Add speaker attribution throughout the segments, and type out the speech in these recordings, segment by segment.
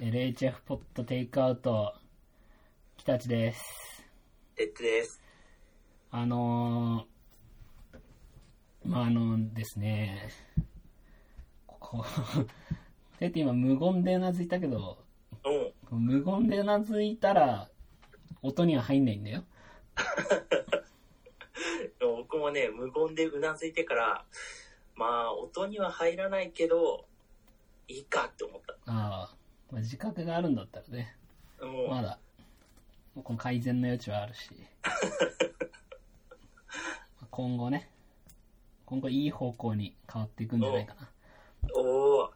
Speaker 1: LHF ポットテイクアウト、北地です。
Speaker 2: てってです。
Speaker 1: あのー、まあ、あのですね、ここ、 てって今無言でうなずいたけど、
Speaker 2: うん。
Speaker 1: 無言でうなずいたら、音には入んないんだよ。
Speaker 2: 僕もね、無言でうなずいてから、まあ、音には入らないけど、いいかって思った。
Speaker 1: ああ、まあ、自覚があるんだったらね、
Speaker 2: うん。
Speaker 1: まだ、この改善の余地はあるし、今後ね、今後いい方向に変わっていくんじゃないかな。
Speaker 2: おー。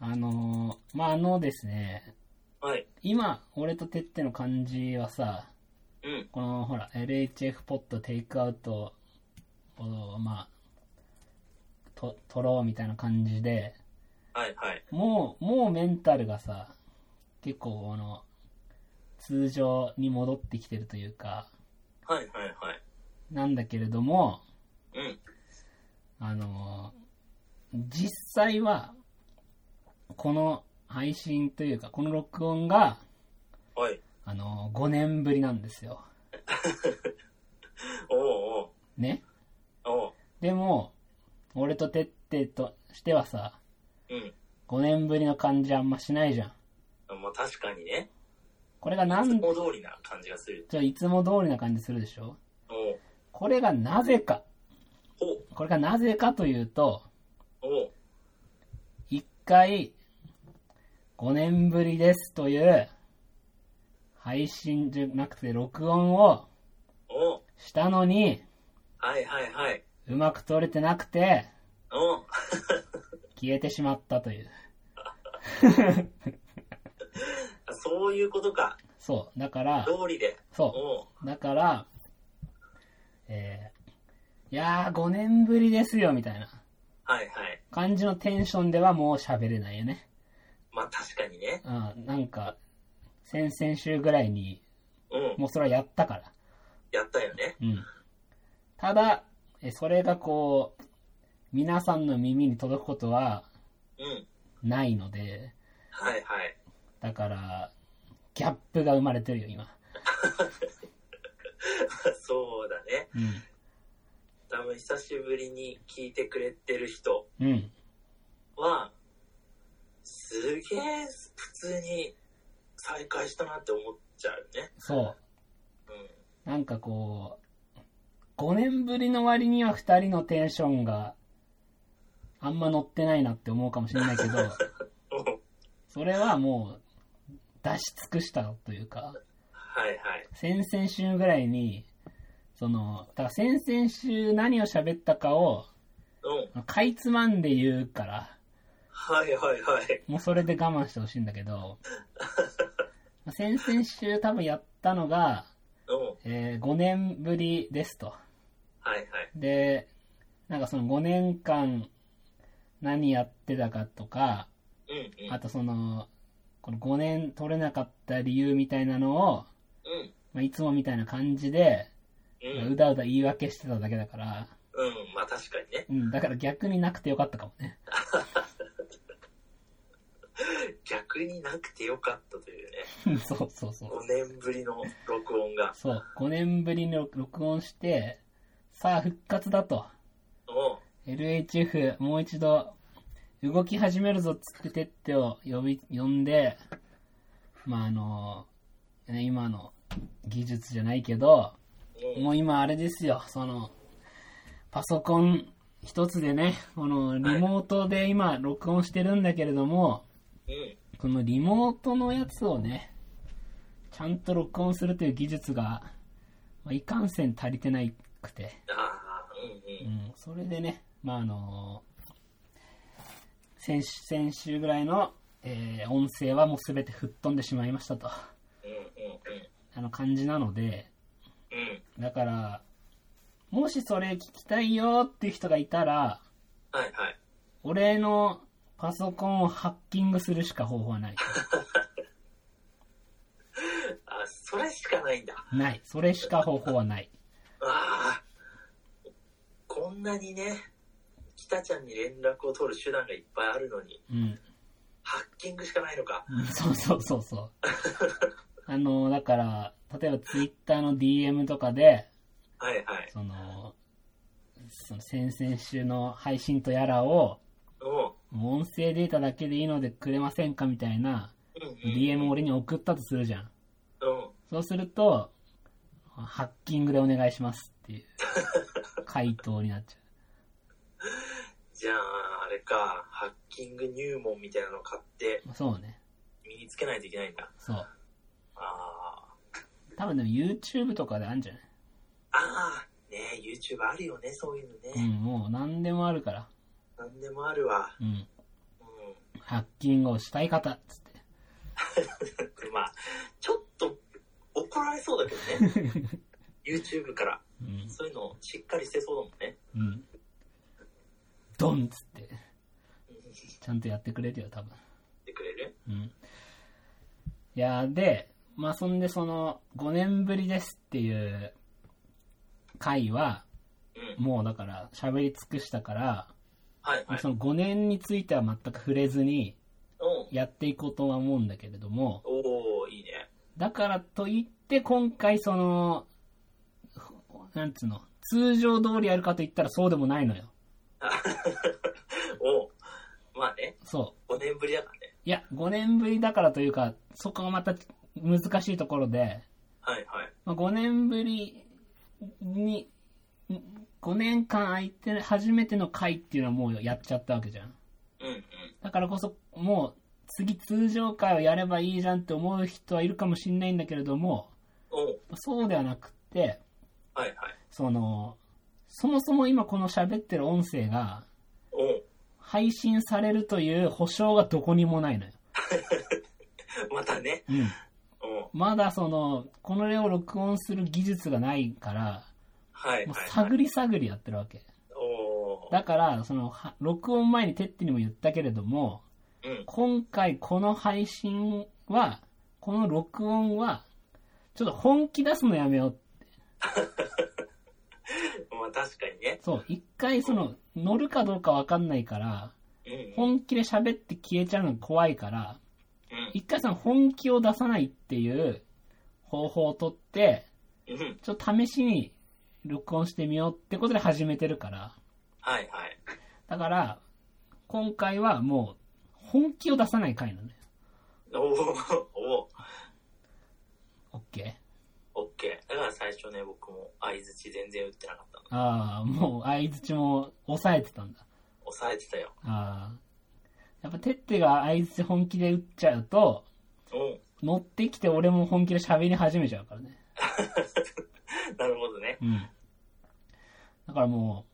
Speaker 1: あのー、まあ、あのですね、
Speaker 2: はい。
Speaker 1: 今、俺とてっての感じはさ、
Speaker 2: うん。
Speaker 1: この、ほら、LHF ポットテイクアウトを、まあ、と、取ろうみたいな感じで、
Speaker 2: はいはい。
Speaker 1: もう、もうメンタルがさ、結構この、通常に戻ってきてるというか、
Speaker 2: はいはいはい。
Speaker 1: なんだけれども、
Speaker 2: うん。
Speaker 1: あのー実際は、この配信というか、この録音が、
Speaker 2: はい。
Speaker 1: あのー5年ぶりなんですよ。
Speaker 2: おーお
Speaker 1: ね。
Speaker 2: ー。お
Speaker 1: でも、俺とてってとしてはさ、
Speaker 2: ー。うん。
Speaker 1: 5年ぶりの感じあんましないじゃん。
Speaker 2: まあ確かにね。
Speaker 1: これがなん
Speaker 2: いつも通りな感じがする。
Speaker 1: じゃあいつも通りな感じするでしょ
Speaker 2: おー。
Speaker 1: これがなぜか。
Speaker 2: おー。
Speaker 1: これがなぜかというと、
Speaker 2: おー。
Speaker 1: 一回、5年ぶりですという、配信じゃなくて録音を
Speaker 2: おー。
Speaker 1: したのに、
Speaker 2: はいはいはい。
Speaker 1: うまく撮れてなくて、
Speaker 2: おー。
Speaker 1: 消えてしまったという。
Speaker 2: そういうことか。
Speaker 1: そう。だから、
Speaker 2: 通りで。
Speaker 1: そ
Speaker 2: おー。
Speaker 1: う。だから、えー、いやー、5年ぶりですよ、みたいな
Speaker 2: はいはい。
Speaker 1: 感じのテンションではもう喋れないよね。
Speaker 2: まあ確かにね。
Speaker 1: うん、なんか、先々週ぐらいに、
Speaker 2: うん。
Speaker 1: もうそれはやったから。
Speaker 2: やったよね。
Speaker 1: うん。ただ、えそれがこう、皆さんの耳に届くことは
Speaker 2: うん。
Speaker 1: ないので、
Speaker 2: はいはい。
Speaker 1: だから、ギャップが生まれてるよ、今。
Speaker 2: そうだね。
Speaker 1: う
Speaker 2: 多分久しぶりに聞いてくれてる人
Speaker 1: ん。うん。
Speaker 2: は、すげえ普通に再会したなって思っちゃうね。
Speaker 1: そうう。なんかこう、5年ぶりの割には2人のテンションがあんま乗ってないなって思うかもしれないけ ど、
Speaker 2: ん。うん
Speaker 1: それはもう出し尽くしたというか、
Speaker 2: はいはい。
Speaker 1: 先々週ぐらいに、その、だから先々週何を喋ったかを
Speaker 2: うん。
Speaker 1: かいつまんで言うから、
Speaker 2: はいはいはい。
Speaker 1: もうそれで我慢してほしいんだけど、先々週多分やったのが、
Speaker 2: うん。
Speaker 1: え5年ぶりですと。
Speaker 2: はいはい。
Speaker 1: で、なんかその5年間何やってたかとか、
Speaker 2: うんうん。
Speaker 1: あとその、この5年取れなかった理由みたいなのを、
Speaker 2: うん。
Speaker 1: まあ、いつもみたいな感じで、
Speaker 2: うん。
Speaker 1: うだうだ言い訳してただけだから、
Speaker 2: うん。まあ確かにね。
Speaker 1: うん、だから逆になくてよかったかもね。
Speaker 2: 逆になくてよかったというね。
Speaker 1: そうそうそう。
Speaker 2: 5年ぶりの録音が。
Speaker 1: そう、5年ぶりに録録音して、さあ復活だと。
Speaker 2: うん。
Speaker 1: LHF もう一度動き始めるぞっつってテッテを呼び、呼んで、まああの、ね今の技術じゃないけど、
Speaker 2: うん。
Speaker 1: もう今あれですよ、その、パソコン一つでね、このリモートで今録音してるんだけれども、
Speaker 2: うん。
Speaker 1: このリモートのやつをね、ちゃんと録音するという技術が、まあ、いかんせん足りてなくて、
Speaker 2: ああ、う
Speaker 1: う
Speaker 2: んうん。
Speaker 1: ん、それでね、まああの先先週ぐらいの、えー音声はもう全て吹っ飛んでしまいましたと、あ
Speaker 2: うんう
Speaker 1: の感じなので、
Speaker 2: んうん。うん。
Speaker 1: だから、もしそれ聞きたいよっていう人がいたら、
Speaker 2: はいはい。
Speaker 1: 俺のパソコンをハッキングするしか方法はない。
Speaker 2: あ、それしかないんだ。
Speaker 1: ない。それしか方法はない。
Speaker 2: ああ、こんなにね、北ちゃんに連絡を取る手段がいっぱいあるのに、
Speaker 1: うん。
Speaker 2: ハッキングしかないのか。
Speaker 1: うんそうそうそうそう。あの、だから、例えばツイッターの DM とかで、
Speaker 2: はいはい。
Speaker 1: その、その先々週の配信とやらを、
Speaker 2: も
Speaker 1: もう音声データだけでいいのでくれませんかみたいな
Speaker 2: うん。うんうん。
Speaker 1: DM を俺に送ったとするじゃん。
Speaker 2: うん。
Speaker 1: そうすると、ハッキングでお願いしますって いう回答になっちゃ
Speaker 2: じゃあ、あれか、ハッキング入門みたいなの買って
Speaker 1: う。そうね。
Speaker 2: 身につけないといけないんだ。
Speaker 1: そう。
Speaker 2: ああ。
Speaker 1: 多分でも YouTube とかであるんじゃない
Speaker 2: ああ、ねえ YouTube あるよね、そういうの
Speaker 1: う
Speaker 2: ね。
Speaker 1: ん、もう何でもあるから。
Speaker 2: なんでもあるわ。
Speaker 1: うん。
Speaker 2: う
Speaker 1: ハッキングをしたい方、つって。
Speaker 2: ん。まあ、ちょっと怒られそうだけどね。YouTube から。
Speaker 1: うん。
Speaker 2: そういうのしっかりしてそうだもんね。
Speaker 1: うん。ドンっつって。ちゃんとやってくれるよ、多分。
Speaker 2: してくれる
Speaker 1: うん。いやーで、まあ、そんでその、5年ぶりですっていう回は、
Speaker 2: うん。
Speaker 1: もうだから、喋り尽くしたから、
Speaker 2: はいはい。
Speaker 1: その5年については全く触れずに、
Speaker 2: うん。
Speaker 1: やっていこうとは思うんだけれども、
Speaker 2: おおいいね。
Speaker 1: だからといって、今回その、なんつうの、通常通りやるかといったらそうでもないのよ。
Speaker 2: おうまあね、
Speaker 1: そう。
Speaker 2: 5年ぶりだからね。
Speaker 1: いや、5年ぶりだからというか、そこがまた難しいところで、
Speaker 2: はいはい。
Speaker 1: まあ、5年ぶりに、5年間空いて初めての回っていうのはもうやっちゃったわけじゃん。
Speaker 2: うんうん。
Speaker 1: だからこそ、もう次通常回をやればいいじゃんって思う人はいるかもしんないんだけれども、
Speaker 2: おう
Speaker 1: そうではなくって、
Speaker 2: はいはい。
Speaker 1: その、そもそも今この喋ってる音声が
Speaker 2: おう
Speaker 1: 配信されるという保証がどこにもないのよ。
Speaker 2: またね。
Speaker 1: うん。
Speaker 2: おう
Speaker 1: まだその、この絵を録音する技術がないから、
Speaker 2: はい
Speaker 1: もう
Speaker 2: はい、はい。
Speaker 1: 探り探りやってるわけ。
Speaker 2: おー
Speaker 1: だから、その、は録音前にテッテにも言ったけれども、
Speaker 2: うん。
Speaker 1: 今回この配信は、この録音は、ちょっと本気出すのやめよう。
Speaker 2: まあ確かにね。
Speaker 1: そう、一回その、乗るかどうかわかんないから、
Speaker 2: うん。
Speaker 1: 本気で喋って消えちゃうのが怖いから、
Speaker 2: う
Speaker 1: 一回その本気を出さないっていう方法をとって、
Speaker 2: ん。うん。
Speaker 1: ちょっと試しに録音してみようってことで始めてるから。
Speaker 2: はいはい。
Speaker 1: だから、今回はもう本気を出さない回なのよ。
Speaker 2: おおおお
Speaker 1: OK?
Speaker 2: オッケー。だから最初ね、僕も相づち全然打ってなかったの。
Speaker 1: ああ、もう相づちも抑えてたんだ。
Speaker 2: 抑えてたよ。
Speaker 1: ああ。やっぱ、てってが相づち本気で打っちゃうと、
Speaker 2: おう
Speaker 1: 乗ってきて俺も本気で喋り始めちゃうからね。
Speaker 2: なるほどね。
Speaker 1: うん。だからも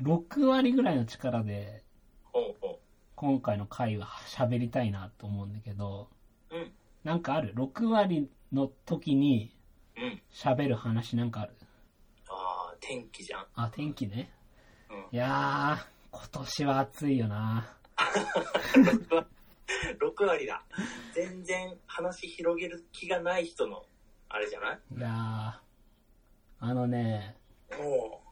Speaker 1: う、6割ぐらいの力で、
Speaker 2: おうお
Speaker 1: 今回の回は喋りたいなと思うんだけど、
Speaker 2: ううん。
Speaker 1: なんかある ?6 割の時に
Speaker 2: うん。
Speaker 1: 喋る話なんかある
Speaker 2: ああ、天気じゃん。
Speaker 1: あ、天気ね。
Speaker 2: うん。
Speaker 1: いやー、今年は暑いよな。
Speaker 2: 6割だ全然話広げる気がない人のあれじゃない
Speaker 1: いやー、あのね、
Speaker 2: も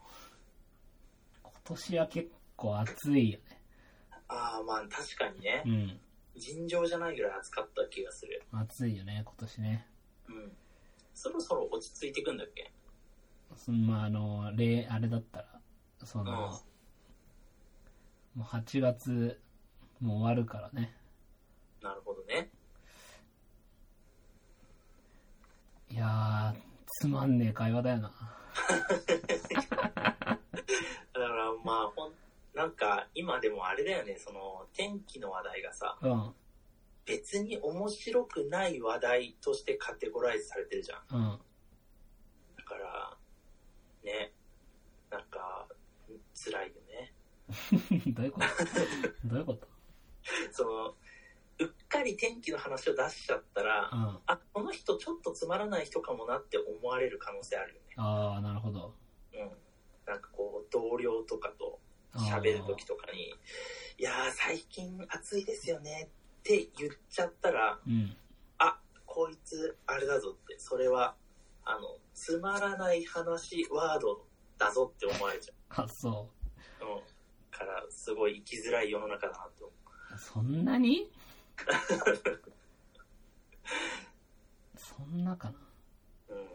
Speaker 1: 今年は結構暑いよね。
Speaker 2: うああまあ確かにね
Speaker 1: うん、
Speaker 2: 尋常じゃないぐらい暑かった気がする
Speaker 1: 暑いよね、今年ね。
Speaker 2: うんそろそろ落ち着いてくんだっけ
Speaker 1: そのまあ、あの、例、あれだったら、その、もう8月、もう終わるからね。
Speaker 2: なるほどね
Speaker 1: いやー、つまんねえ会話だよな。
Speaker 2: だからまあほんなんか今でもあれだよねその天気の話題がさ
Speaker 1: うん、
Speaker 2: 別に面白くない話題としてカテゴライズされてるじゃん
Speaker 1: うん、
Speaker 2: だからねなんか辛いよね
Speaker 1: どういうこと どういうこと
Speaker 2: そのうっかり天気の話を出しちゃったら、
Speaker 1: うん。あ
Speaker 2: あこの人ちょっとつまらない人かもなって思われる可能性あるよ
Speaker 1: ー、なるほど。
Speaker 2: ねうんなんかこう同僚とかと
Speaker 1: あー
Speaker 2: 喋る時とかに「いやー最近暑いですよね」って言っちゃったら
Speaker 1: うん。
Speaker 2: 「あこいつあれだぞ」ってそれはあのつまらない話ワードだぞって思われちゃ
Speaker 1: あ、そう。
Speaker 2: う、うん、からすごい生きづらい世の中だなって思う
Speaker 1: そんなにそんなかな
Speaker 2: うん、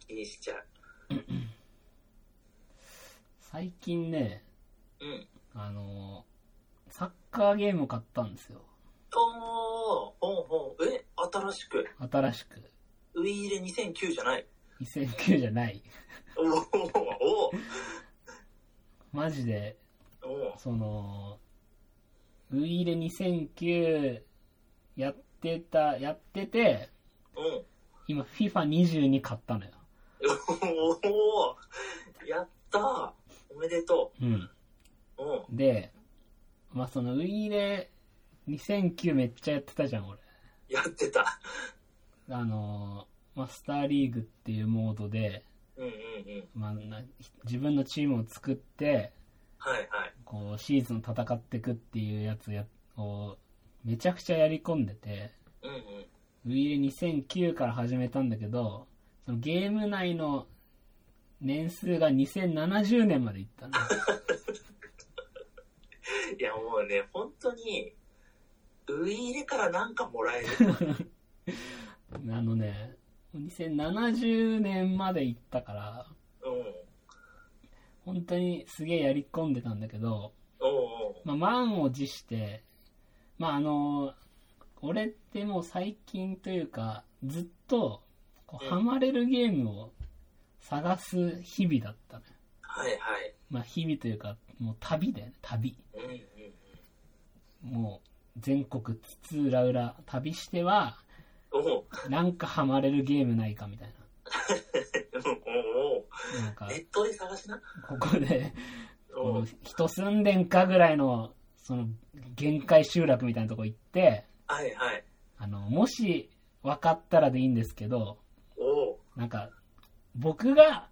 Speaker 2: 気にしちゃう。
Speaker 1: 最近ね、
Speaker 2: うん。
Speaker 1: あのーサッカーゲームを買ったんですよ。
Speaker 2: おー、ほんほん。え、新しく。
Speaker 1: 新しく。
Speaker 2: ウィーレ2009じゃない。
Speaker 1: 2009じゃない。
Speaker 2: おー、おー、
Speaker 1: マジで、
Speaker 2: おー。
Speaker 1: その、ウィーレ2009やってた、やってて、
Speaker 2: うん。
Speaker 1: 今 FIFA22 買ったのよ。
Speaker 2: おおやったーおめでと
Speaker 1: うん。
Speaker 2: ううん
Speaker 1: で、まあそのウィーレ2009めっちゃやってたじゃん、俺。
Speaker 2: やってた
Speaker 1: あのー、マスターリーグっていうモードで、
Speaker 2: うんうんうん
Speaker 1: まあ、な自分のチームを作って、
Speaker 2: はいはい
Speaker 1: こう、シーズン戦ってくっていうやつや、をめちゃくちゃやり込んでて、
Speaker 2: うんうん
Speaker 1: ウィーレ2009から始めたんだけど、そのゲーム内の年数が2070年までいったの。
Speaker 2: いやもうね本当にウィーレからなんかもらえる
Speaker 1: あのね、2070年までいったから、
Speaker 2: うん
Speaker 1: 本当にすげえやり込んでたんだけど、
Speaker 2: おお
Speaker 1: まあ、満を持して、まあ、あの、俺ってもう最近というか、ずっと、こう、
Speaker 2: うん
Speaker 1: ハマれるゲームを探す日々だったのよ。
Speaker 2: はいはい
Speaker 1: まあ、日々というか、もう旅だよね、旅。
Speaker 2: うんうんうん
Speaker 1: もう、全国津々浦々旅しては、
Speaker 2: おお
Speaker 1: なんかハマれるゲームないかみたい
Speaker 2: おお
Speaker 1: な。なんか
Speaker 2: ネ、ットで探しな
Speaker 1: ここで、
Speaker 2: お
Speaker 1: こ
Speaker 2: お
Speaker 1: う人住んでんかぐらいの、その、限界集落みたいなとこ行って、
Speaker 2: はいはい
Speaker 1: あの、もし分かったらでいいんですけど、
Speaker 2: おお
Speaker 1: なんか、僕が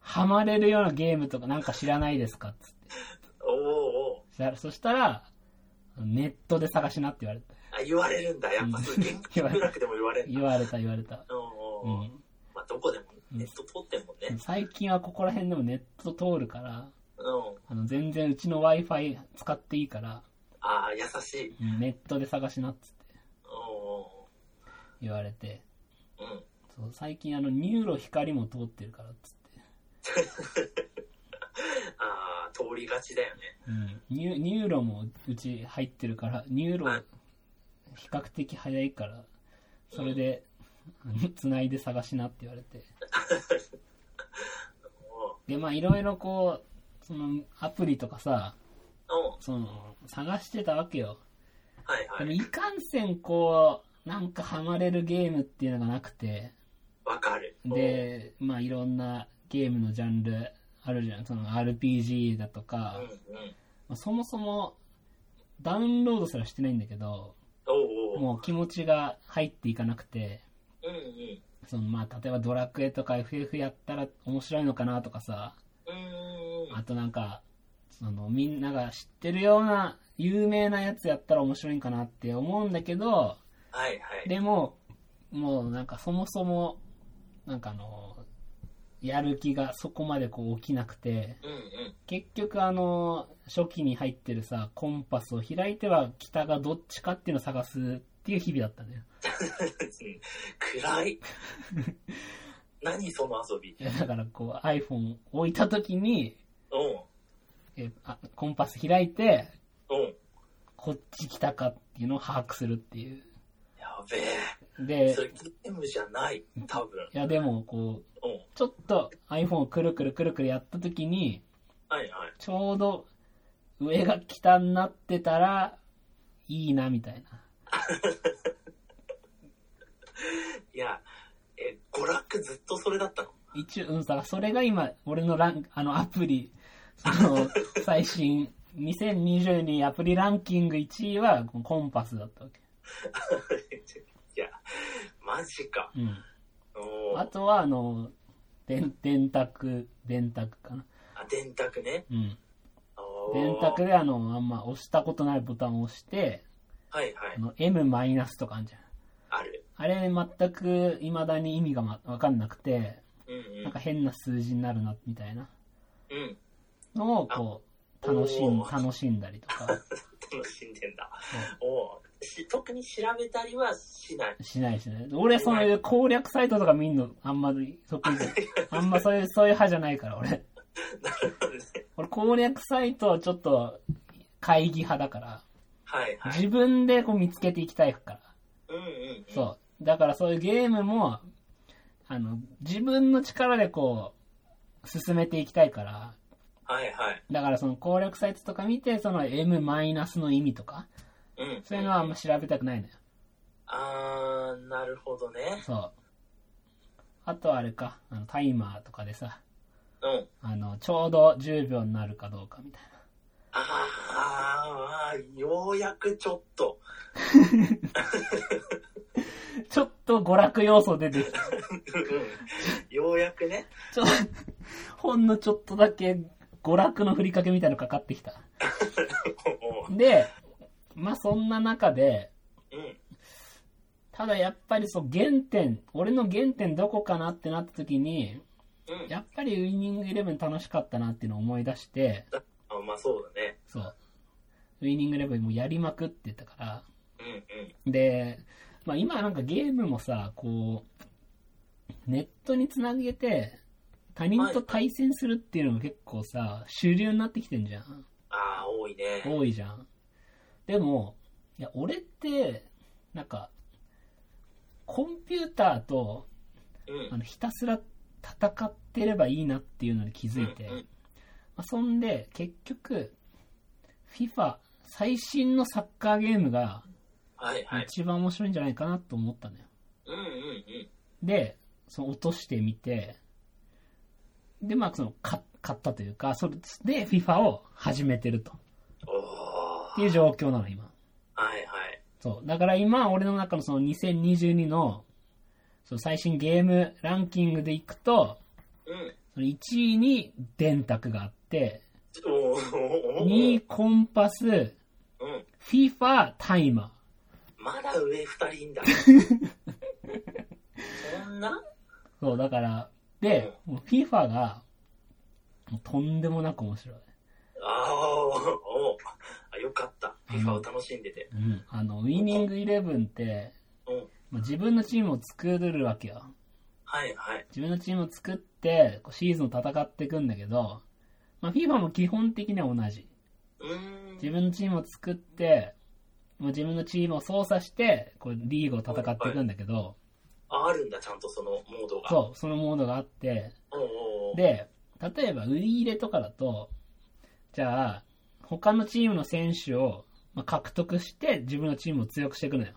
Speaker 1: ハマれるようなゲームとかなんか知らないですかっつって
Speaker 2: おおお
Speaker 1: したら。そしたら、ネットで探しなって言われた。
Speaker 2: あ言われるんだやっぱそう いう
Speaker 1: 言われ
Speaker 2: 楽楽でも言われるんだ
Speaker 1: 言われた言われた。
Speaker 2: お
Speaker 1: う
Speaker 2: お、
Speaker 1: ん。
Speaker 2: まあどこでもネット通ってんもんね
Speaker 1: 最近はここら辺でもネット通るから、
Speaker 2: うん
Speaker 1: あの、全然うちの Wi-Fi 使っていいから、
Speaker 2: ああ優しい
Speaker 1: うんネットで探しなっつって
Speaker 2: おお
Speaker 1: 言われて、
Speaker 2: うん
Speaker 1: そう、最近あの、ニューロ光も通ってるからっつって。
Speaker 2: ああ、通りがちだよね。
Speaker 1: うん。ニュニューロもうち入ってるから、ニューロ
Speaker 2: はい
Speaker 1: 比較的早いから、それで、つないで探しなって言われ て。
Speaker 2: も
Speaker 1: で、まあいろいろこう、そのアプリとかさ、
Speaker 2: う、うん、
Speaker 1: その、探してたわけよ。
Speaker 2: はい
Speaker 1: でも
Speaker 2: はい。
Speaker 1: いかんせんこう、なんかハマれるゲームっていうのがなくて、
Speaker 2: わかる。
Speaker 1: で、まあいろんなゲームのジャンルあるじゃん。その RPG だと
Speaker 2: うん、
Speaker 1: か
Speaker 2: う、ん。
Speaker 1: まあそもそもダウンロードすらしてないんだけど、
Speaker 2: おうおう。
Speaker 1: もう気持ちが入っていかなくて、
Speaker 2: うんうん。
Speaker 1: そのまあ例えばドラクエとか FF やったら面白いのかなとかさ、
Speaker 2: うーん。
Speaker 1: あとなんか、そのみんなが知ってるような有名なやつやったら面白いんかなって思うんだけど、
Speaker 2: はいはい。
Speaker 1: でも、もうなんかそもそも、なんかあの、やる気がそこまでこう起きなくて、
Speaker 2: うんうん。
Speaker 1: 結局あの、初期に入ってるさ、コンパスを開いては北がどっちかっていうのを探すっていう日々だったんだよ。
Speaker 2: 暗 い。何その遊び。
Speaker 1: いやだからこう iPhone を置いた時に、
Speaker 2: う
Speaker 1: えあコンパス開いて、
Speaker 2: ん。うん。
Speaker 1: こっち来たかっていうのを把握するっていう。
Speaker 2: やべえ。
Speaker 1: で
Speaker 2: そ、れゲームじゃない。多分。
Speaker 1: いやでもこう、
Speaker 2: うん。
Speaker 1: ちょっと iPhone をくるくるくるくるやった時に、
Speaker 2: はいはい。
Speaker 1: ちょうど上が北になってたらいいなみたいな。
Speaker 2: いや、え、娯楽ずっとそれだったの
Speaker 1: 一応、うん、さ、それが今、俺のラン、あのアプリ、その、最新、2022アプリランキング1位は、このコンパスだったわけ。
Speaker 2: いや、マジか。
Speaker 1: うん。
Speaker 2: お
Speaker 1: あ
Speaker 2: う
Speaker 1: とは、あの、電、電卓、電卓かな。
Speaker 2: あ、電卓ね。
Speaker 1: うん。
Speaker 2: おう
Speaker 1: 電卓で、あの、あんま押したことないボタンを押して、
Speaker 2: はいは
Speaker 1: あ
Speaker 2: い。
Speaker 1: の、M マイナスとかあるじゃん。
Speaker 2: ある。
Speaker 1: あれ、全く、未だに意味がまわかんなくて、
Speaker 2: うんう
Speaker 1: なん
Speaker 2: ん
Speaker 1: か。変な数字になるな、みたいな
Speaker 2: うん。
Speaker 1: のを、こう、楽しん、
Speaker 2: お
Speaker 1: 楽しんだりとか。
Speaker 2: 楽しんでんだ。
Speaker 1: そ
Speaker 2: をし特に調べたりはしない。
Speaker 1: しないしない。俺、その攻略サイトとか見んの、あんまり得意じゃない。あんまそういう、そういう派じゃないから、俺。
Speaker 2: なるほどね。
Speaker 1: 俺、攻略サイトはちょっと、会議派だから、
Speaker 2: はいはい。
Speaker 1: 自分でこう見つけていきたいから。
Speaker 2: うんうん。
Speaker 1: そう。だからそういうゲームも、あの、自分の力でこう、進めていきたいから、
Speaker 2: はいはい。
Speaker 1: だからその攻略サイトとか見て、その M マイナスの意味とか、
Speaker 2: うん。
Speaker 1: そういうのはあんま調べたくないのよ。
Speaker 2: あー、なるほどね。
Speaker 1: そう。あとはあれか、あのタイマーとかでさ、
Speaker 2: うん。
Speaker 1: あの、ちょうど10秒になるかどうかみたいな。
Speaker 2: あー、ようやくちょっと。
Speaker 1: ちょっと娯楽要素出てきた。
Speaker 2: うんようやくね。
Speaker 1: ちょ、ほんのちょっとだけ娯楽のふりかけみたいなのかかってきた。
Speaker 2: も
Speaker 1: で、まあそんな中で、
Speaker 2: ううん。
Speaker 1: ただやっぱりそう原点、俺の原点どこかなってなった時に、
Speaker 2: うん。
Speaker 1: やっぱりウイニングイレブン楽しかったなっていうのを思い出して、
Speaker 2: あまあそうだね。
Speaker 1: そう。ウイニングイレブンもやりまくってたから、
Speaker 2: うんうん。
Speaker 1: で、まあ今なんかゲームもさ、こう、ネットにつなげて、他人と対戦するっていうのも結構さ、主流になってきてんじゃん。
Speaker 2: あー、多いね。
Speaker 1: 多いじゃん。でも、いや、俺って、なんか、コンピューターと
Speaker 2: うん。うん
Speaker 1: あのひたすら戦ってればいいなっていうのに気づいて、
Speaker 2: うんうん
Speaker 1: まあそんで結局 FIFA 最新のサッカーゲームが
Speaker 2: はいはい。
Speaker 1: 一番面白いんじゃないかなと思ったのよ
Speaker 2: うんうんうん。
Speaker 1: でその落としてみてでまあその勝勝ったというかそれで FIFA を始めてると
Speaker 2: おー。
Speaker 1: いう状況なの今
Speaker 2: はいはい。
Speaker 1: そうだから今俺の中のその2022のその最新ゲームランキングでいくと
Speaker 2: うん。
Speaker 1: その1位に電卓があって、
Speaker 2: おー。
Speaker 1: 2位コンパス、
Speaker 2: うん。
Speaker 1: FIFA、タイマ
Speaker 2: まだ上二人い んだ。そんな
Speaker 1: ー。そう、だから、で、もう FIFA が、もうとんでもなく面白い。
Speaker 2: あーおうあ、よかった。FIFA を楽しんでて。
Speaker 1: うん。あの、ウィニングイレブンって、
Speaker 2: うん。
Speaker 1: まあ自分のチームを作るわけよ。
Speaker 2: はいはい。
Speaker 1: 自分のチームを作って、こうシーズンを戦っていくんだけど、まあ、FIFA も基本的には同じ。
Speaker 2: うーん。
Speaker 1: 自分のチームを作って、もう自分のチームを操作して、こうリーグを戦っていくんだけど、
Speaker 2: あるんだ、ちゃんとそのモードが。
Speaker 1: そう、そのモードがあって、
Speaker 2: おうおうおう
Speaker 1: で、例えば、売り入れとかだと、じゃあ、他のチームの選手をまあ獲得して、自分のチームを強くしていくのよ。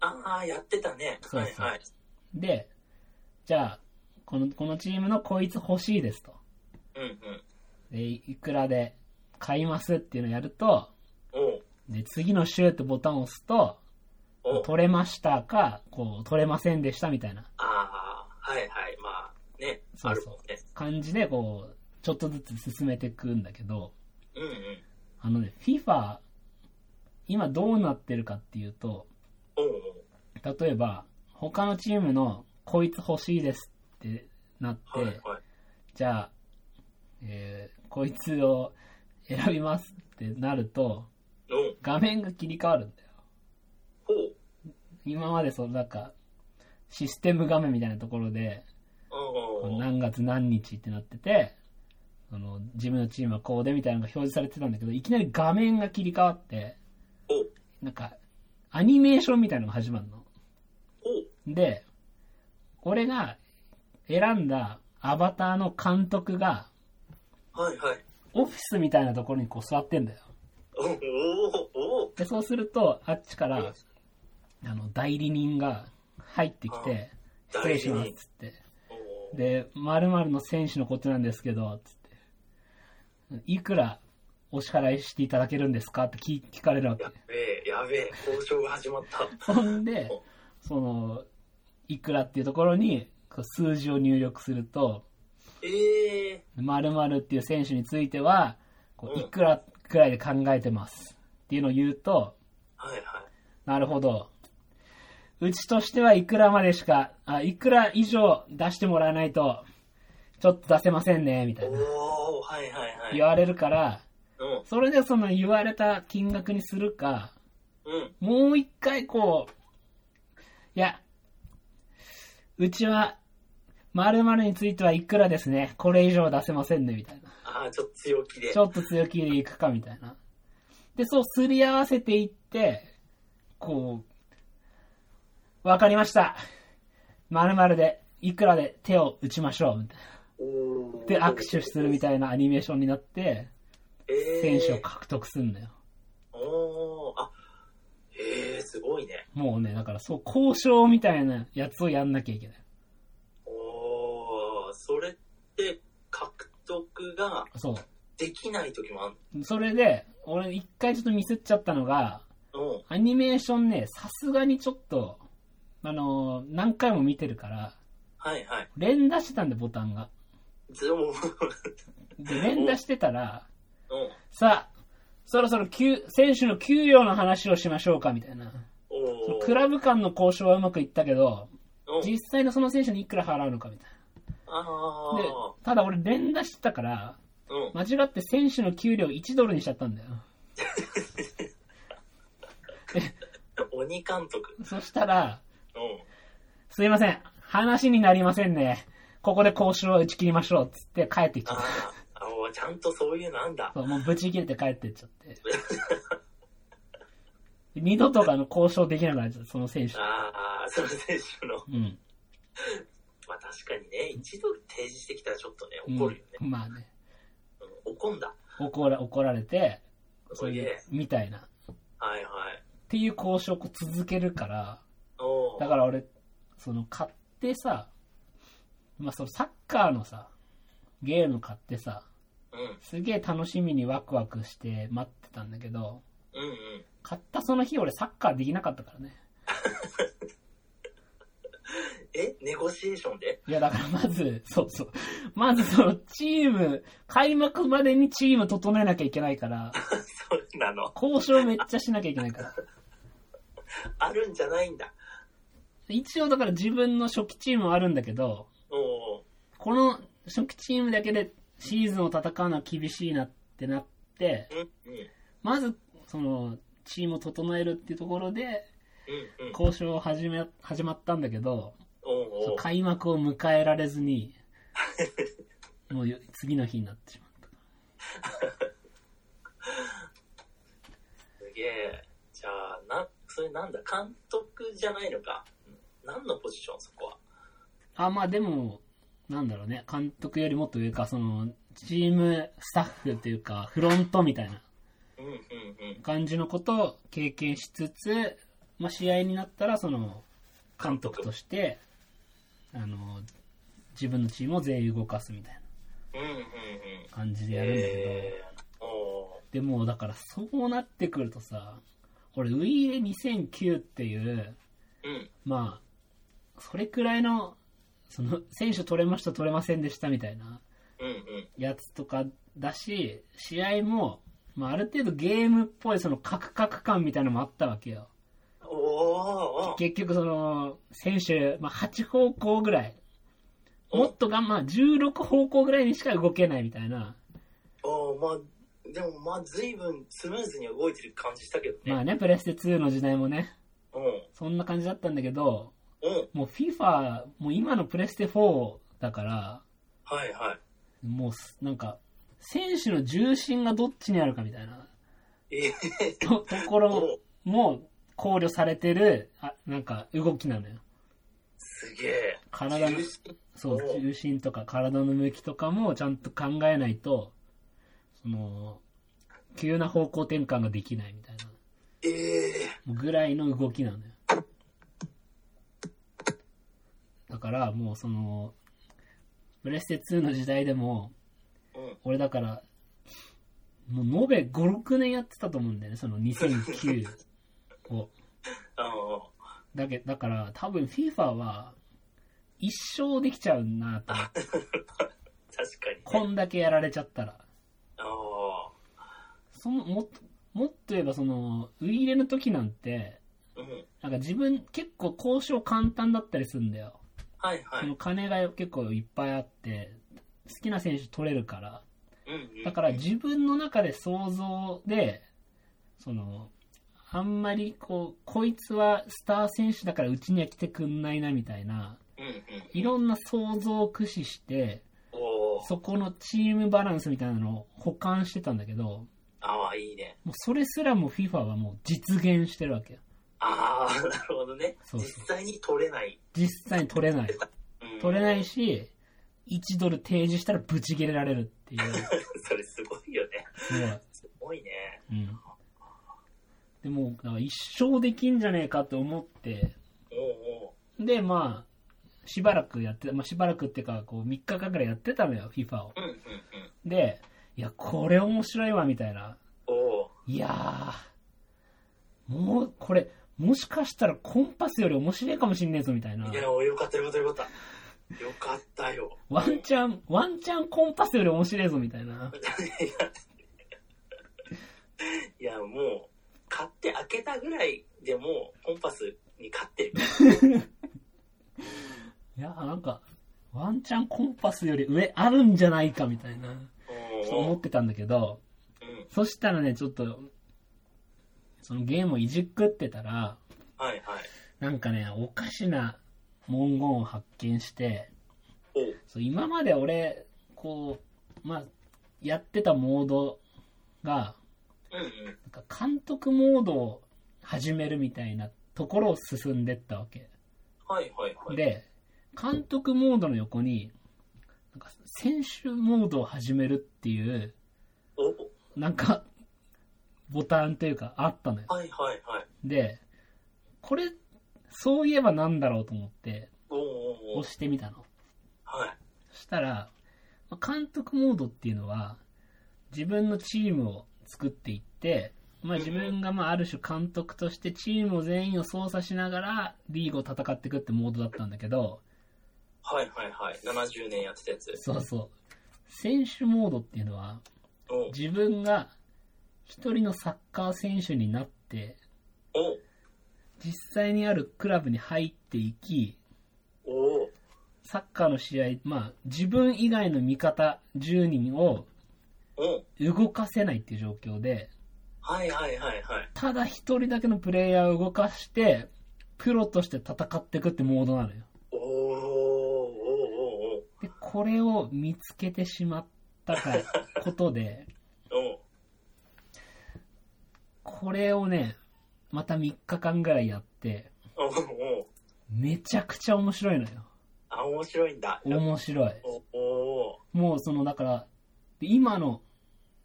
Speaker 2: ああ、やってたね。
Speaker 1: そうそう
Speaker 2: はいはい。
Speaker 1: で、じゃあ、この、このチームのこいつ欲しいですと。
Speaker 2: うんうん。
Speaker 1: で、いくらで買いますっていうのをやると、
Speaker 2: おう
Speaker 1: で、次のシュートボタンを押すと、
Speaker 2: おう
Speaker 1: 取れましたか、こう、取れませんでしたみたいな
Speaker 2: ああ、はいはい。まあ、ね。
Speaker 1: そうそう
Speaker 2: あるもんね。
Speaker 1: 感じで、こう、ちょっとずつ進めていくんだけど、
Speaker 2: うんうん。
Speaker 1: あのね、FIFA、今どうなってるかっていうと、
Speaker 2: おうおう
Speaker 1: 例えば他のチームのこいつ欲しいですってなって、
Speaker 2: はいはい。
Speaker 1: じゃあ、えーこいつを選びますってなると
Speaker 2: おう
Speaker 1: 画面が切り替わるんだよ
Speaker 2: ほう。
Speaker 1: 今までそのなんかシステム画面みたいなところで
Speaker 2: おうおう
Speaker 1: 何月何日ってなっててその自分のチームはこうでみたいなのが表示されてたんだけどいきなり画面が切り替わって
Speaker 2: おう
Speaker 1: なんかアニメーションみたいなのが始まるの
Speaker 2: おう
Speaker 1: で、俺が選んだアバターの監督が、
Speaker 2: はいはい。
Speaker 1: オフィスみたいなところにこう座ってんだよ。
Speaker 2: おうおうおう
Speaker 1: で、そうすると、あっちか
Speaker 2: うん
Speaker 1: ら、あの、代理人が入ってきて、
Speaker 2: あ
Speaker 1: 失礼しますっつって。
Speaker 2: おう
Speaker 1: で、〇〇の選手のことなんですけど、つって。いくらお支払いしていただけるんですかって聞聞かれるわけ
Speaker 2: や。べえ、やべえ、交渉が始まった。
Speaker 1: そんで、その、いくらっていうところに、こう数字を入力すると、
Speaker 2: ええ
Speaker 1: 〇〇っていう選手については、こう
Speaker 2: うん
Speaker 1: いくらくらいで考えてますっていうのを言うと、
Speaker 2: はいはい。
Speaker 1: なるほど。うちとしてはいくらまでしか、あ、いくら以上出してもらわないと、ちょっと出せませんね、みたいな。
Speaker 2: おおはいはいはい。
Speaker 1: 言われるから、
Speaker 2: うん。
Speaker 1: それでその言われた金額にするか、
Speaker 2: うん。
Speaker 1: もう一回こう、いや、うちは、〇〇についてはいくらですね。これ以上出せませんね、みたいな。
Speaker 2: ああ、ちょっと強気で。
Speaker 1: ちょっと強気でいくか、みたいな。で、そうすり合わせていって、こう、わかりました。〇〇で、いくらで手を打ちましょう、みたい
Speaker 2: おー
Speaker 1: な。で、握手するみたいなアニメーションになって、
Speaker 2: えー
Speaker 1: 選手を獲得すんだよ。
Speaker 2: おーあ、えー、すごいね。
Speaker 1: もうね、だからそう、交渉みたいなやつをやんなきゃいけない。
Speaker 2: おーそれって獲得が
Speaker 1: そう。
Speaker 2: できない時もある
Speaker 1: それで、俺一回ちょっとミスっちゃったのが、
Speaker 2: の
Speaker 1: アニメーションね、さすがにちょっと、あのー何回も見てるから、
Speaker 2: はいはい。
Speaker 1: 連打してたんで、ボタンが。
Speaker 2: でも、
Speaker 1: で、連打してたら、
Speaker 2: うん。
Speaker 1: さあ、そろそろ給選手の給料の話をしましょうか、みたいな。そ
Speaker 2: お
Speaker 1: の
Speaker 2: ー
Speaker 1: クラブ間の交渉はうまくいったけど、
Speaker 2: うん
Speaker 1: 実際のその選手にいくら払うのか、みたい
Speaker 2: あ
Speaker 1: な。で、ただ俺連打してたから、
Speaker 2: ーうん。
Speaker 1: 間違って選手の給料1ドルにしちゃったんだよ。
Speaker 2: 鬼監督。
Speaker 1: そしたら、
Speaker 2: うん。
Speaker 1: すいません。話になりませんね。ここで交渉は打ち切りましょう。つって帰ってきちゃった。
Speaker 2: あーあ、おちゃんとそういうなんだ。
Speaker 1: そうもうぶち切れて帰ってっちゃ って。二度とかの交渉できなくなっちゃった、その選手。
Speaker 2: ああ、その選手の。
Speaker 1: うん。
Speaker 2: まあ確かにね、一度提示してきたらちょっとね、
Speaker 1: うん
Speaker 2: 怒るよね。
Speaker 1: まあね。
Speaker 2: うん怒んだ。
Speaker 1: 怒ら怒られて、
Speaker 2: そ
Speaker 1: そう
Speaker 2: れ
Speaker 1: いう
Speaker 2: で、、
Speaker 1: みたいな。っ
Speaker 2: はいはい。
Speaker 1: ていう交渉をこう続けるから、
Speaker 2: お
Speaker 1: だ
Speaker 2: ー
Speaker 1: から俺、その、買ってさ、まあそのサッカーのさ、ゲーム買ってさ、
Speaker 2: うん。
Speaker 1: すげえ楽しみにワクワクして待ってたんだけど、
Speaker 2: うんうん。
Speaker 1: 買ったその日俺サッカーできなかったからね。
Speaker 2: え、ネゴシエーションで
Speaker 1: いやだからまず、 そうそう。まずそのチーム、開幕までにチーム整えなきゃいけないから、
Speaker 2: そうなの。
Speaker 1: 交渉めっちゃしなきゃいけないから。
Speaker 2: あるんじゃないんだ。
Speaker 1: 一応だから自分の初期チームはあるんだけど、
Speaker 2: おー
Speaker 1: この初期チームだけでシーズンを戦うのは厳しいなってなって、
Speaker 2: うんうん。
Speaker 1: まずそのチームを整えるっていうところで
Speaker 2: うんうん。
Speaker 1: 交渉を始め、始まったんだけど、
Speaker 2: お
Speaker 1: そう
Speaker 2: ー
Speaker 1: 開幕を迎えられずに、もうよ次の日になってしまった。
Speaker 2: すげえ。じゃあ、な、それなんだ、監督じゃないのか。何のポジション、そこは。
Speaker 1: あ、まあでも、なんだろうね、監督よりもっと上か、その、チームスタッフというか、フロントみたいな
Speaker 2: うんうんうん。
Speaker 1: 感じのことを経験しつつ、まあ試合になったら、その、監督として、あの、自分のチームを全員動かすみたい
Speaker 2: うんうんうん。
Speaker 1: な感じでやるんだけど、
Speaker 2: えー、お
Speaker 1: でもだからそうなってくるとさ、俺、ウィーレ2009っていう、
Speaker 2: ーうん。
Speaker 1: まあ、それくらいの、その、選手取れました、取れませんでしたみたいな、
Speaker 2: うんうん。
Speaker 1: やつとかだし、試合も、まあ、ある程度ゲームっぽいそのカクカク感みたいなのもあったわけよ。
Speaker 2: おーおー
Speaker 1: 結局その、選手、まあ、8方向ぐらい。
Speaker 2: お
Speaker 1: もっとが、まあ、16方向ぐらいにしか動けないみたいな。
Speaker 2: おーまあ、でもまあ、随分スムーズに動いてる感じしたけどね。
Speaker 1: まあね、プレステ2の時代もね、
Speaker 2: うん。
Speaker 1: そんな感じだったんだけど、
Speaker 2: うん。
Speaker 1: もう FIFA、もう今のプレステ4だから、
Speaker 2: はいは
Speaker 1: もうす、なんか、選手の重心がどっちにあるかみたいな。
Speaker 2: い。えー、
Speaker 1: とところ
Speaker 2: お
Speaker 1: も考慮されてる、あなんか動きなのよ。
Speaker 2: すげえ。
Speaker 1: 体の
Speaker 2: 重、心
Speaker 1: そう、
Speaker 2: お
Speaker 1: 重心とか体の向きとかもちゃんと考えないと、その、急な方向転換ができないみたいな、
Speaker 2: ええ
Speaker 1: ぐらいの動きなのよ。だからもうその、プレステ2の時代でも、
Speaker 2: ー。うん。
Speaker 1: 俺だから、もう延べ5、6年やってたと思うんだよね、その2009を。
Speaker 2: あの
Speaker 1: だけだから多分 FIFA は一生できちゃうなと思って
Speaker 2: 確かに、ね。
Speaker 1: こんだけやられちゃったら
Speaker 2: ああ。
Speaker 1: そのもっともっと言えばそのウイイレの時なんて
Speaker 2: うん。
Speaker 1: なんか自分結構交渉簡単だったりするんだよ、
Speaker 2: はいは
Speaker 1: その
Speaker 2: い。
Speaker 1: 金が結構いっぱいあって好きな選手取れるから
Speaker 2: うん、うん。
Speaker 1: だから自分の中で想像でそのあんまりこう、こいつはスター選手だからうちには来てくんないなみたいな、
Speaker 2: うんうん。
Speaker 1: いろんな想像を駆使して、
Speaker 2: おー
Speaker 1: そこのチームバランスみたいなのを補完してたんだけど、
Speaker 2: ああ、いいね。
Speaker 1: もうそれすらも FIFA はもう実現してるわけよ。
Speaker 2: ああ、なるほどね。
Speaker 1: そう
Speaker 2: 実際に取れない。
Speaker 1: 実際に取れない。
Speaker 2: うん
Speaker 1: 取れない。し、1ドル提示したらブチ切れられるっていう。
Speaker 2: それすごいよね。
Speaker 1: すごい。
Speaker 2: すごいね。
Speaker 1: うん。でも、だから一生できんじゃねえかって思って、
Speaker 2: おうおう
Speaker 1: で、まあ、しばらくやって、まあしばらくっていうか、こう3日間ぐらいやってたのよ、FIFA を。
Speaker 2: うんうんうん。
Speaker 1: で、いや、これ面白いわ、みたいな。
Speaker 2: おう。
Speaker 1: いやー、もう、これ、もしかしたらコンパスより面白いかもしんねえぞ、みたいない
Speaker 2: や、およかったよかったよかった。よかったよ。
Speaker 1: ワンチャン、ワンチャンコンパスより面白いぞ、みたいな。
Speaker 2: いや、もう、買って開けたぐらいでもう、コンパスに勝ってる。
Speaker 1: いや、なんか、ワンチャンコンパスより上あるんじゃないかみたいな、
Speaker 2: おうお
Speaker 1: 思
Speaker 2: う
Speaker 1: ってたんだけど、
Speaker 2: うん。
Speaker 1: そしたらね、ちょっと、そのゲームをいじくってたら、
Speaker 2: はいはい。
Speaker 1: なんかね、おかしな文言を発見して、
Speaker 2: おう
Speaker 1: そう今まで俺、こう、まあ、やってたモードが、
Speaker 2: うんうん。
Speaker 1: なんか監督モードを始めるみたいなところを進んでったわけ。
Speaker 2: はいはいはい。
Speaker 1: で、監督モードの横に、なんか選手モードを始めるっていう、
Speaker 2: おう
Speaker 1: なんか、ボタンというかあったのよ。
Speaker 2: はいはいはい。
Speaker 1: で、これ、そういえばなんだろうと思って、
Speaker 2: おうおうおう
Speaker 1: 押してみたの。
Speaker 2: はい。
Speaker 1: そしたら、まあ監督モードっていうのは、自分のチームを作っていって、まあ自分がまあある種監督としてチームを全員を操作しながらリーグを戦っていくってモードだったんだけど、
Speaker 2: はいはいはい。70年やってたやつ。
Speaker 1: そうそう。選手モードっていうのは、
Speaker 2: おう
Speaker 1: 自分が一人のサッカー選手になって、
Speaker 2: おう
Speaker 1: 実際にあるクラブに入っていき、
Speaker 2: おう
Speaker 1: サッカーの試合、まあ、自分以外の味方10人を
Speaker 2: おう
Speaker 1: 動かせないっていう状況で、
Speaker 2: はいはいはいはい。
Speaker 1: ただ一人だけのプレイヤーを動かして、プロとして戦っていくってモードなのよ。
Speaker 2: おうおうおう
Speaker 1: で、これを見つけてしまったかこと で、
Speaker 2: おうおう
Speaker 1: これをね、また3日間ぐらいやって、
Speaker 2: おうおう
Speaker 1: めちゃくちゃ面白いのよ。
Speaker 2: あ、面白いんだ。
Speaker 1: 面白い。
Speaker 2: おうおう
Speaker 1: もうそのだから、で今の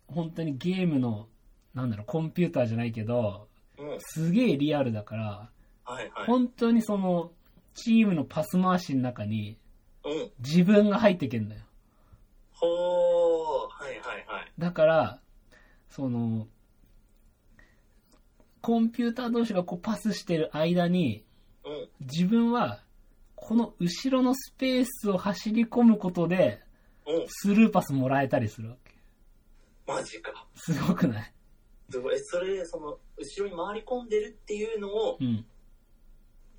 Speaker 1: 本当にゲームの、なんだろう、コンピューターじゃないけど、
Speaker 2: うん。
Speaker 1: すげえリアルだから、
Speaker 2: はいはい。
Speaker 1: 本当にその、チームのパス回しの中に
Speaker 2: うん。
Speaker 1: 自分が入ってけんだよ。
Speaker 2: ほー。はいはいはい。
Speaker 1: だから、その、コンピューター同士がこうパスしてる間に、
Speaker 2: うん。
Speaker 1: 自分は、この後ろのスペースを走り込むことで、
Speaker 2: うん。
Speaker 1: スルーパスもらえたりするわけ。
Speaker 2: マジか。
Speaker 1: すごくない
Speaker 2: すごい。えそれ、その、後ろに回り込んでるっていうのを、
Speaker 1: うん。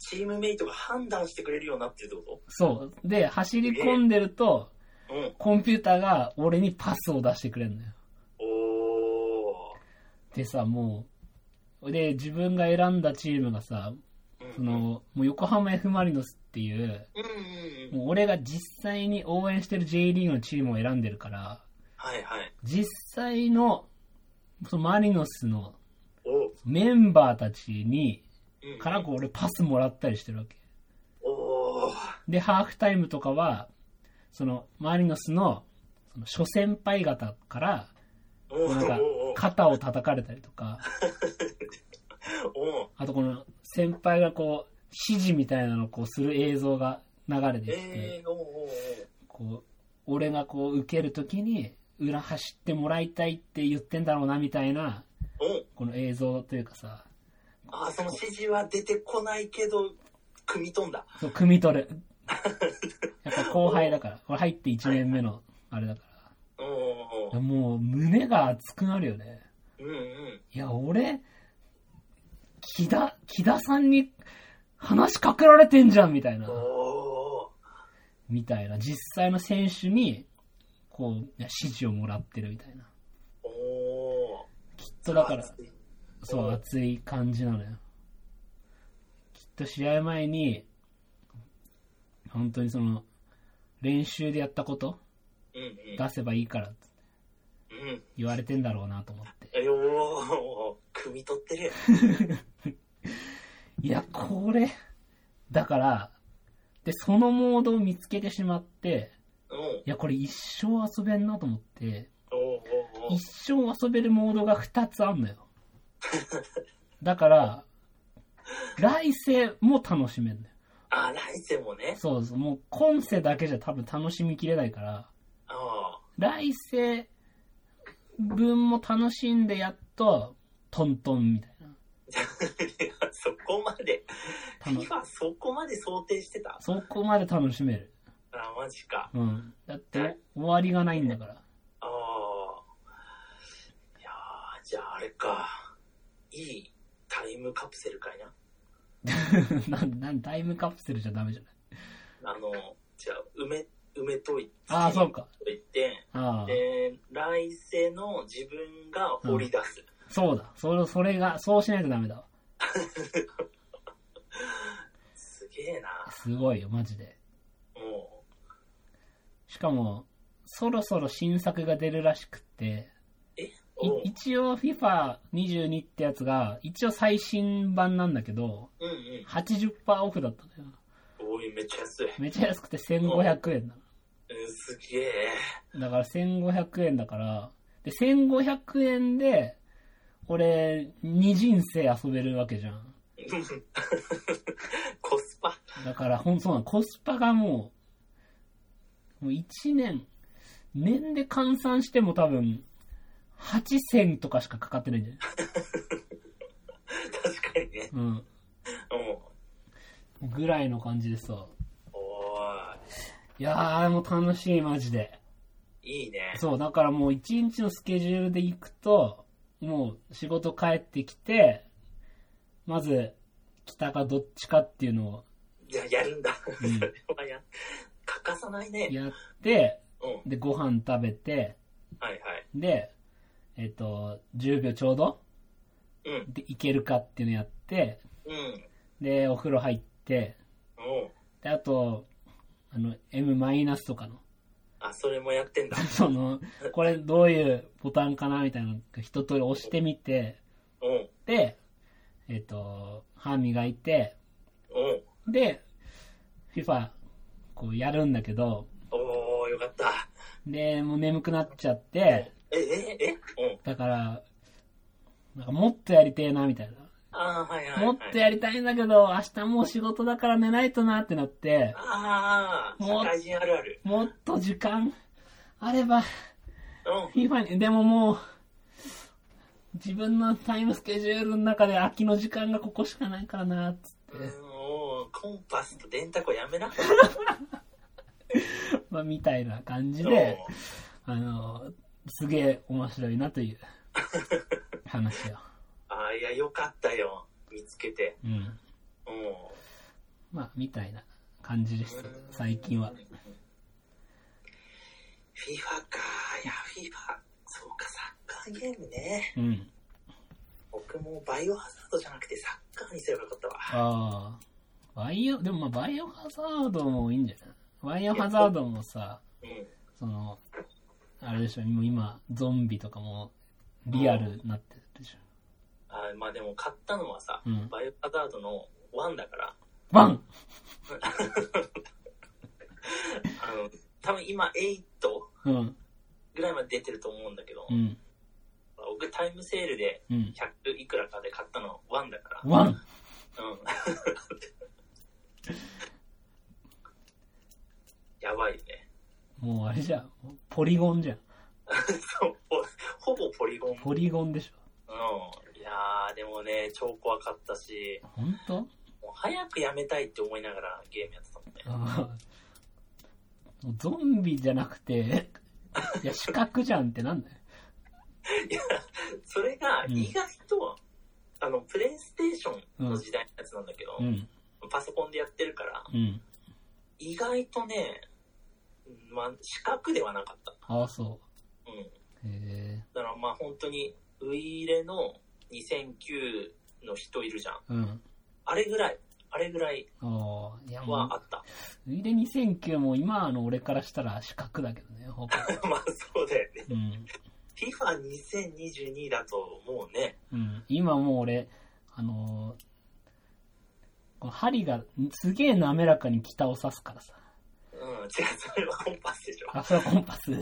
Speaker 2: チームメイトが判断してくれるようになってるってこ
Speaker 1: そう。で、走り込んでると、
Speaker 2: とうん。
Speaker 1: コンピューターが俺にパスを出してくれるのよ。
Speaker 2: お
Speaker 1: でさ、もう、で、自分が選んだチームがさ、
Speaker 2: ー。
Speaker 1: そ、の、もう横浜 F ・マリノスっていう、
Speaker 2: うんうんうん。
Speaker 1: もう俺が実際に応援してる J リーグのチームを選んでるから、
Speaker 2: はいはい。
Speaker 1: 実際の、そのマリノスの
Speaker 2: おう。
Speaker 1: メンバーたちに、
Speaker 2: うん
Speaker 1: からこう俺パスもらったりしてるわけ。
Speaker 2: おー。
Speaker 1: で、ハーフタイムとかは、その、マリノスの、その、諸先輩方から、
Speaker 2: お
Speaker 1: なんか
Speaker 2: ー。おー。
Speaker 1: 肩を叩かれたりとか、
Speaker 2: おー。
Speaker 1: あとこの先輩がこう、指示みたいなのをこうする映像が流れてきて、
Speaker 2: えー。おー。おー。
Speaker 1: こう、俺がこう受けるときに、裏走ってもらいたいって言ってんだろうなみたいな、
Speaker 2: おー。
Speaker 1: この映像というかさ、
Speaker 2: あー、その指示は出てこないけど、組み飛んだ。
Speaker 1: そう、汲み取る。やっぱ後輩だから、これ入って1年目のあれだか
Speaker 2: おーおー
Speaker 1: ら、もう胸が熱くなるよね。
Speaker 2: おー。うんうん。
Speaker 1: いや、俺、木田、木田さんに話しかけられてんじゃんみたいな。
Speaker 2: おー。
Speaker 1: みたいな、実際の選手に、こう、いや指示をもらってるみたいな。
Speaker 2: おー。
Speaker 1: きっとだから、そう、熱い感じなのよ。きっと試合前に、本当にその、練習でやったこと
Speaker 2: うんうん。
Speaker 1: 出せばいいからって
Speaker 2: うん。
Speaker 1: 言われてんだろうなと思って。
Speaker 2: えおー、汲み取ってる。
Speaker 1: いや、これ、だから、で、そのモードを見つけてしまって、
Speaker 2: うん。おー
Speaker 1: いや、これ一生遊べんなと思って、
Speaker 2: おーおー
Speaker 1: 一生遊べるモードが2つあ んのよ。だから、来世も楽しめんのよ。
Speaker 2: あ、来世もね。
Speaker 1: そうそう、もう今世だけじゃ多分楽しみきれないから、
Speaker 2: あ
Speaker 1: 来世分も楽しんでやっと、トントンみたいな。
Speaker 2: ー いやそこまで、
Speaker 1: 楽
Speaker 2: 今そこまで想定してた
Speaker 1: そこまで楽しめる。
Speaker 2: あ、マジか。
Speaker 1: うん。だって、終わりがないんだから。
Speaker 2: ああ。いやーじゃああれか。いいタイムカプセルかいな。
Speaker 1: なんなんタイムカプセルじゃダメじゃない
Speaker 2: あの、じゃあ、埋め、埋めといて。
Speaker 1: ああ、そう。か。
Speaker 2: といて、
Speaker 1: ああ、
Speaker 2: で、来世の自分が掘り出す。
Speaker 1: そうだ。それ、それが、そうしないとダメだわ。
Speaker 2: すげえな。
Speaker 1: すごいよ、マジで。
Speaker 2: もう、
Speaker 1: しかも、そろそろ新作が出るらしくって、
Speaker 2: え
Speaker 1: い
Speaker 2: おう
Speaker 1: 一応 FIFA22 ってやつが、一応最新版なんだけど、
Speaker 2: うんうん。
Speaker 1: 80%オフだったのよ。
Speaker 2: おい、めっちゃ安い。
Speaker 1: めちゃ安くて1500円な
Speaker 2: うん、すげえ。
Speaker 1: の。だから1500円だから、で、1500円で、俺、二人生遊べるわけじゃん。
Speaker 2: コスパ。
Speaker 1: だから、ほん、そうなのコスパがもう、もう1年、年で換算しても多分、8000とかしかかかってないんじゃない
Speaker 2: 確かにね。
Speaker 1: うん。
Speaker 2: うん。
Speaker 1: ぐらいの感じでさ。
Speaker 2: おー
Speaker 1: いやー、もう楽しい、マジで。
Speaker 2: い、いいね。
Speaker 1: そう、だからもう一日のスケジュールで行くと、もう仕事帰ってきて、まず、北かどっちかっていうのを
Speaker 2: じゃあ、やるんだ。
Speaker 1: う
Speaker 2: そ
Speaker 1: ん
Speaker 2: れは や、欠かさないね。
Speaker 1: やって、
Speaker 2: うん。
Speaker 1: で、ご飯食べて、
Speaker 2: はいはい。
Speaker 1: で、えっ、と、10秒ちょうど
Speaker 2: うん。
Speaker 1: で、行けるかっていうのやって、
Speaker 2: うん。
Speaker 1: で、お風呂入って、
Speaker 2: おう
Speaker 1: で、あと、あの、M- マイナスとかの、
Speaker 2: あ、それもやってんだ。
Speaker 1: その、これどういうボタンかなみたいなの一通り押してみて、
Speaker 2: おう
Speaker 1: で、えっ、と、歯磨いて、
Speaker 2: おう
Speaker 1: で、FIFA、こうやるんだけど、
Speaker 2: おー、よかった。
Speaker 1: で、もう眠くなっちゃって、
Speaker 2: え、え、え、おう
Speaker 1: だから、なんかもっとやりてえな、みたいな。
Speaker 2: あー、はいはい、はい。
Speaker 1: もっとやりたいんだけど、明日もう仕事だから寝ないとなってなって、
Speaker 2: ああ、社
Speaker 1: もう
Speaker 2: 会人あるある。
Speaker 1: もっと時間あれば、
Speaker 2: うん。
Speaker 1: FIFA に、でももう、自分のタイムスケジュールの中で空きの時間がここしかないからな、つっ
Speaker 2: うんおうコンパスと電卓をやめな。
Speaker 1: て、まあ、みたいな感じ
Speaker 2: お
Speaker 1: で、あの、すげえ面白いなという話よ。
Speaker 2: ああ、いや、よかったよ。見つけて。
Speaker 1: うん。
Speaker 2: お
Speaker 1: まあ、みたいな感じです、最近は。
Speaker 2: フィファか。いや、フィファ。そうか、サッカーゲームね。
Speaker 1: うん。
Speaker 2: 僕もバイオハザードじゃなくてサッカーにすればよかったわ。
Speaker 1: ああ。バイオ、でもまあ、バイオハザードもいいんじゃないバイオハザードもさ、
Speaker 2: うん。
Speaker 1: その、あれでしょ、もう今、ゾンビとかもリアルになってるでしょ。
Speaker 2: あーまあでも買ったのはさ、
Speaker 1: うん
Speaker 2: バイオハザードの1だから、
Speaker 1: ワン
Speaker 2: あの、多分今8
Speaker 1: うん。
Speaker 2: ぐらいまで出てると思うんだけど、
Speaker 1: うん。
Speaker 2: 僕タイムセールで
Speaker 1: うん。
Speaker 2: 100いくらかで買ったの1だから、
Speaker 1: ワン
Speaker 2: うん。 やばいよね。
Speaker 1: もうあれじゃん。ポリゴンじゃん。
Speaker 2: そう、ほほぼポリゴン。うん。
Speaker 1: ポリゴンでし
Speaker 2: いやー、でもね、超怖かったし
Speaker 1: ょ。、ほん と
Speaker 2: もう早くやめたいって思いながらゲームやってたもんね。
Speaker 1: あーもうゾンビじゃなくて、いや、視覚じゃんってなんだよ。
Speaker 2: それが
Speaker 1: うん
Speaker 2: 意外と、あの、プレイステーションの時代のやつなんだけど、
Speaker 1: うん。
Speaker 2: パソコンでやってるから、
Speaker 1: うん。
Speaker 2: 意外とね、まあ、視覚ではなかった。
Speaker 1: ああ、そ
Speaker 2: う
Speaker 1: う。
Speaker 2: ん。
Speaker 1: へえ。
Speaker 2: だからまあ本当に、ウイイレの2009の人いるじゃん。
Speaker 1: うん。
Speaker 2: あれぐらい、あれぐらい
Speaker 1: おーいやも
Speaker 2: はあった。
Speaker 1: う、いで2009も今の俺からしたら資格だけどね、ほ ぼ
Speaker 2: まあそうだよね。
Speaker 1: うん。
Speaker 2: FIFA2022 だともうね、
Speaker 1: うん。今もう俺、あのーこの針がすげえ滑らかに北を指すからさ。
Speaker 2: うん、違う、それはコンパスでしょ。
Speaker 1: あ、それはコンパ ス。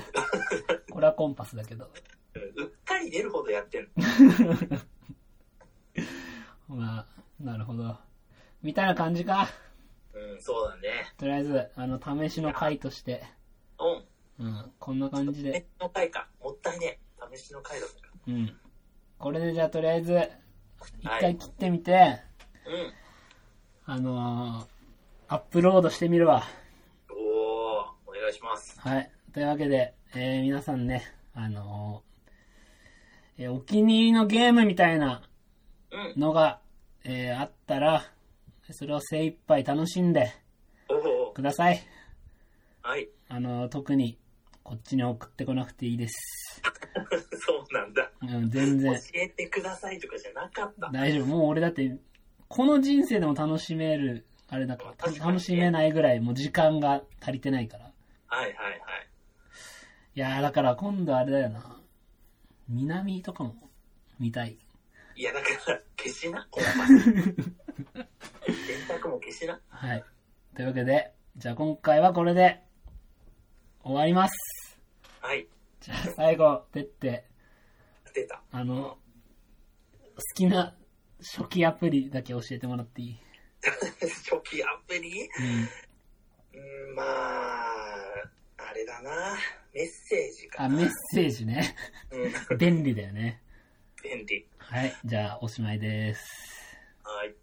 Speaker 1: これはコンパスだけど。
Speaker 2: うんうっかり出るほどやってんの。
Speaker 1: まあ、なるほど。みたいな感じか。
Speaker 2: うん、そうだね。
Speaker 1: とりあえず、あの、試しの回として、
Speaker 2: うん。
Speaker 1: うん、こんな感じ
Speaker 2: 試
Speaker 1: で、
Speaker 2: しの回か。もったいねえ。試しの回だったか
Speaker 1: うん。これでじゃあとりあえず、一
Speaker 2: はい
Speaker 1: 回切ってみて、
Speaker 2: ら。うん。
Speaker 1: あのーアップロードしてみるわ。
Speaker 2: おー、お願いします。
Speaker 1: はい。というわけで、えー皆さんね、あのーえーお気に入りのゲームみたいな
Speaker 2: うん。
Speaker 1: のが、えーあったら、それを精一杯楽しんで
Speaker 2: おー、
Speaker 1: ください。
Speaker 2: はい。
Speaker 1: あのー特に、こっちに送ってこなくていいです。
Speaker 2: そうなんだ。
Speaker 1: うん、全
Speaker 2: 教
Speaker 1: 然。
Speaker 2: えてくださいとかじゃなかった。
Speaker 1: 大丈夫。もう俺だって、この人生でも楽しめる、あれだから、た
Speaker 2: 確かにね
Speaker 1: 楽しめないぐらい、もう時間が足りてないから。い
Speaker 2: はいはいはい。
Speaker 1: やー、だから今度あれだよな。南とかも見たい。
Speaker 2: いや、だから、消し な、コンパス。電卓も消しな。
Speaker 1: はい。というわけで、じゃあ今回はこれで終わります。
Speaker 2: はい。
Speaker 1: じゃあ最後、てって、
Speaker 2: 出た。
Speaker 1: あの、好きな初期アプリだけ教えてもらっていい、
Speaker 2: 初期アプリ
Speaker 1: うん、
Speaker 2: うん、まあ、あれだな。メッセージか
Speaker 1: あ、
Speaker 2: な。
Speaker 1: メッセージね。
Speaker 2: うん、
Speaker 1: 便利だよね。
Speaker 2: 便利。
Speaker 1: はい。じゃあおしまいです。
Speaker 2: はい。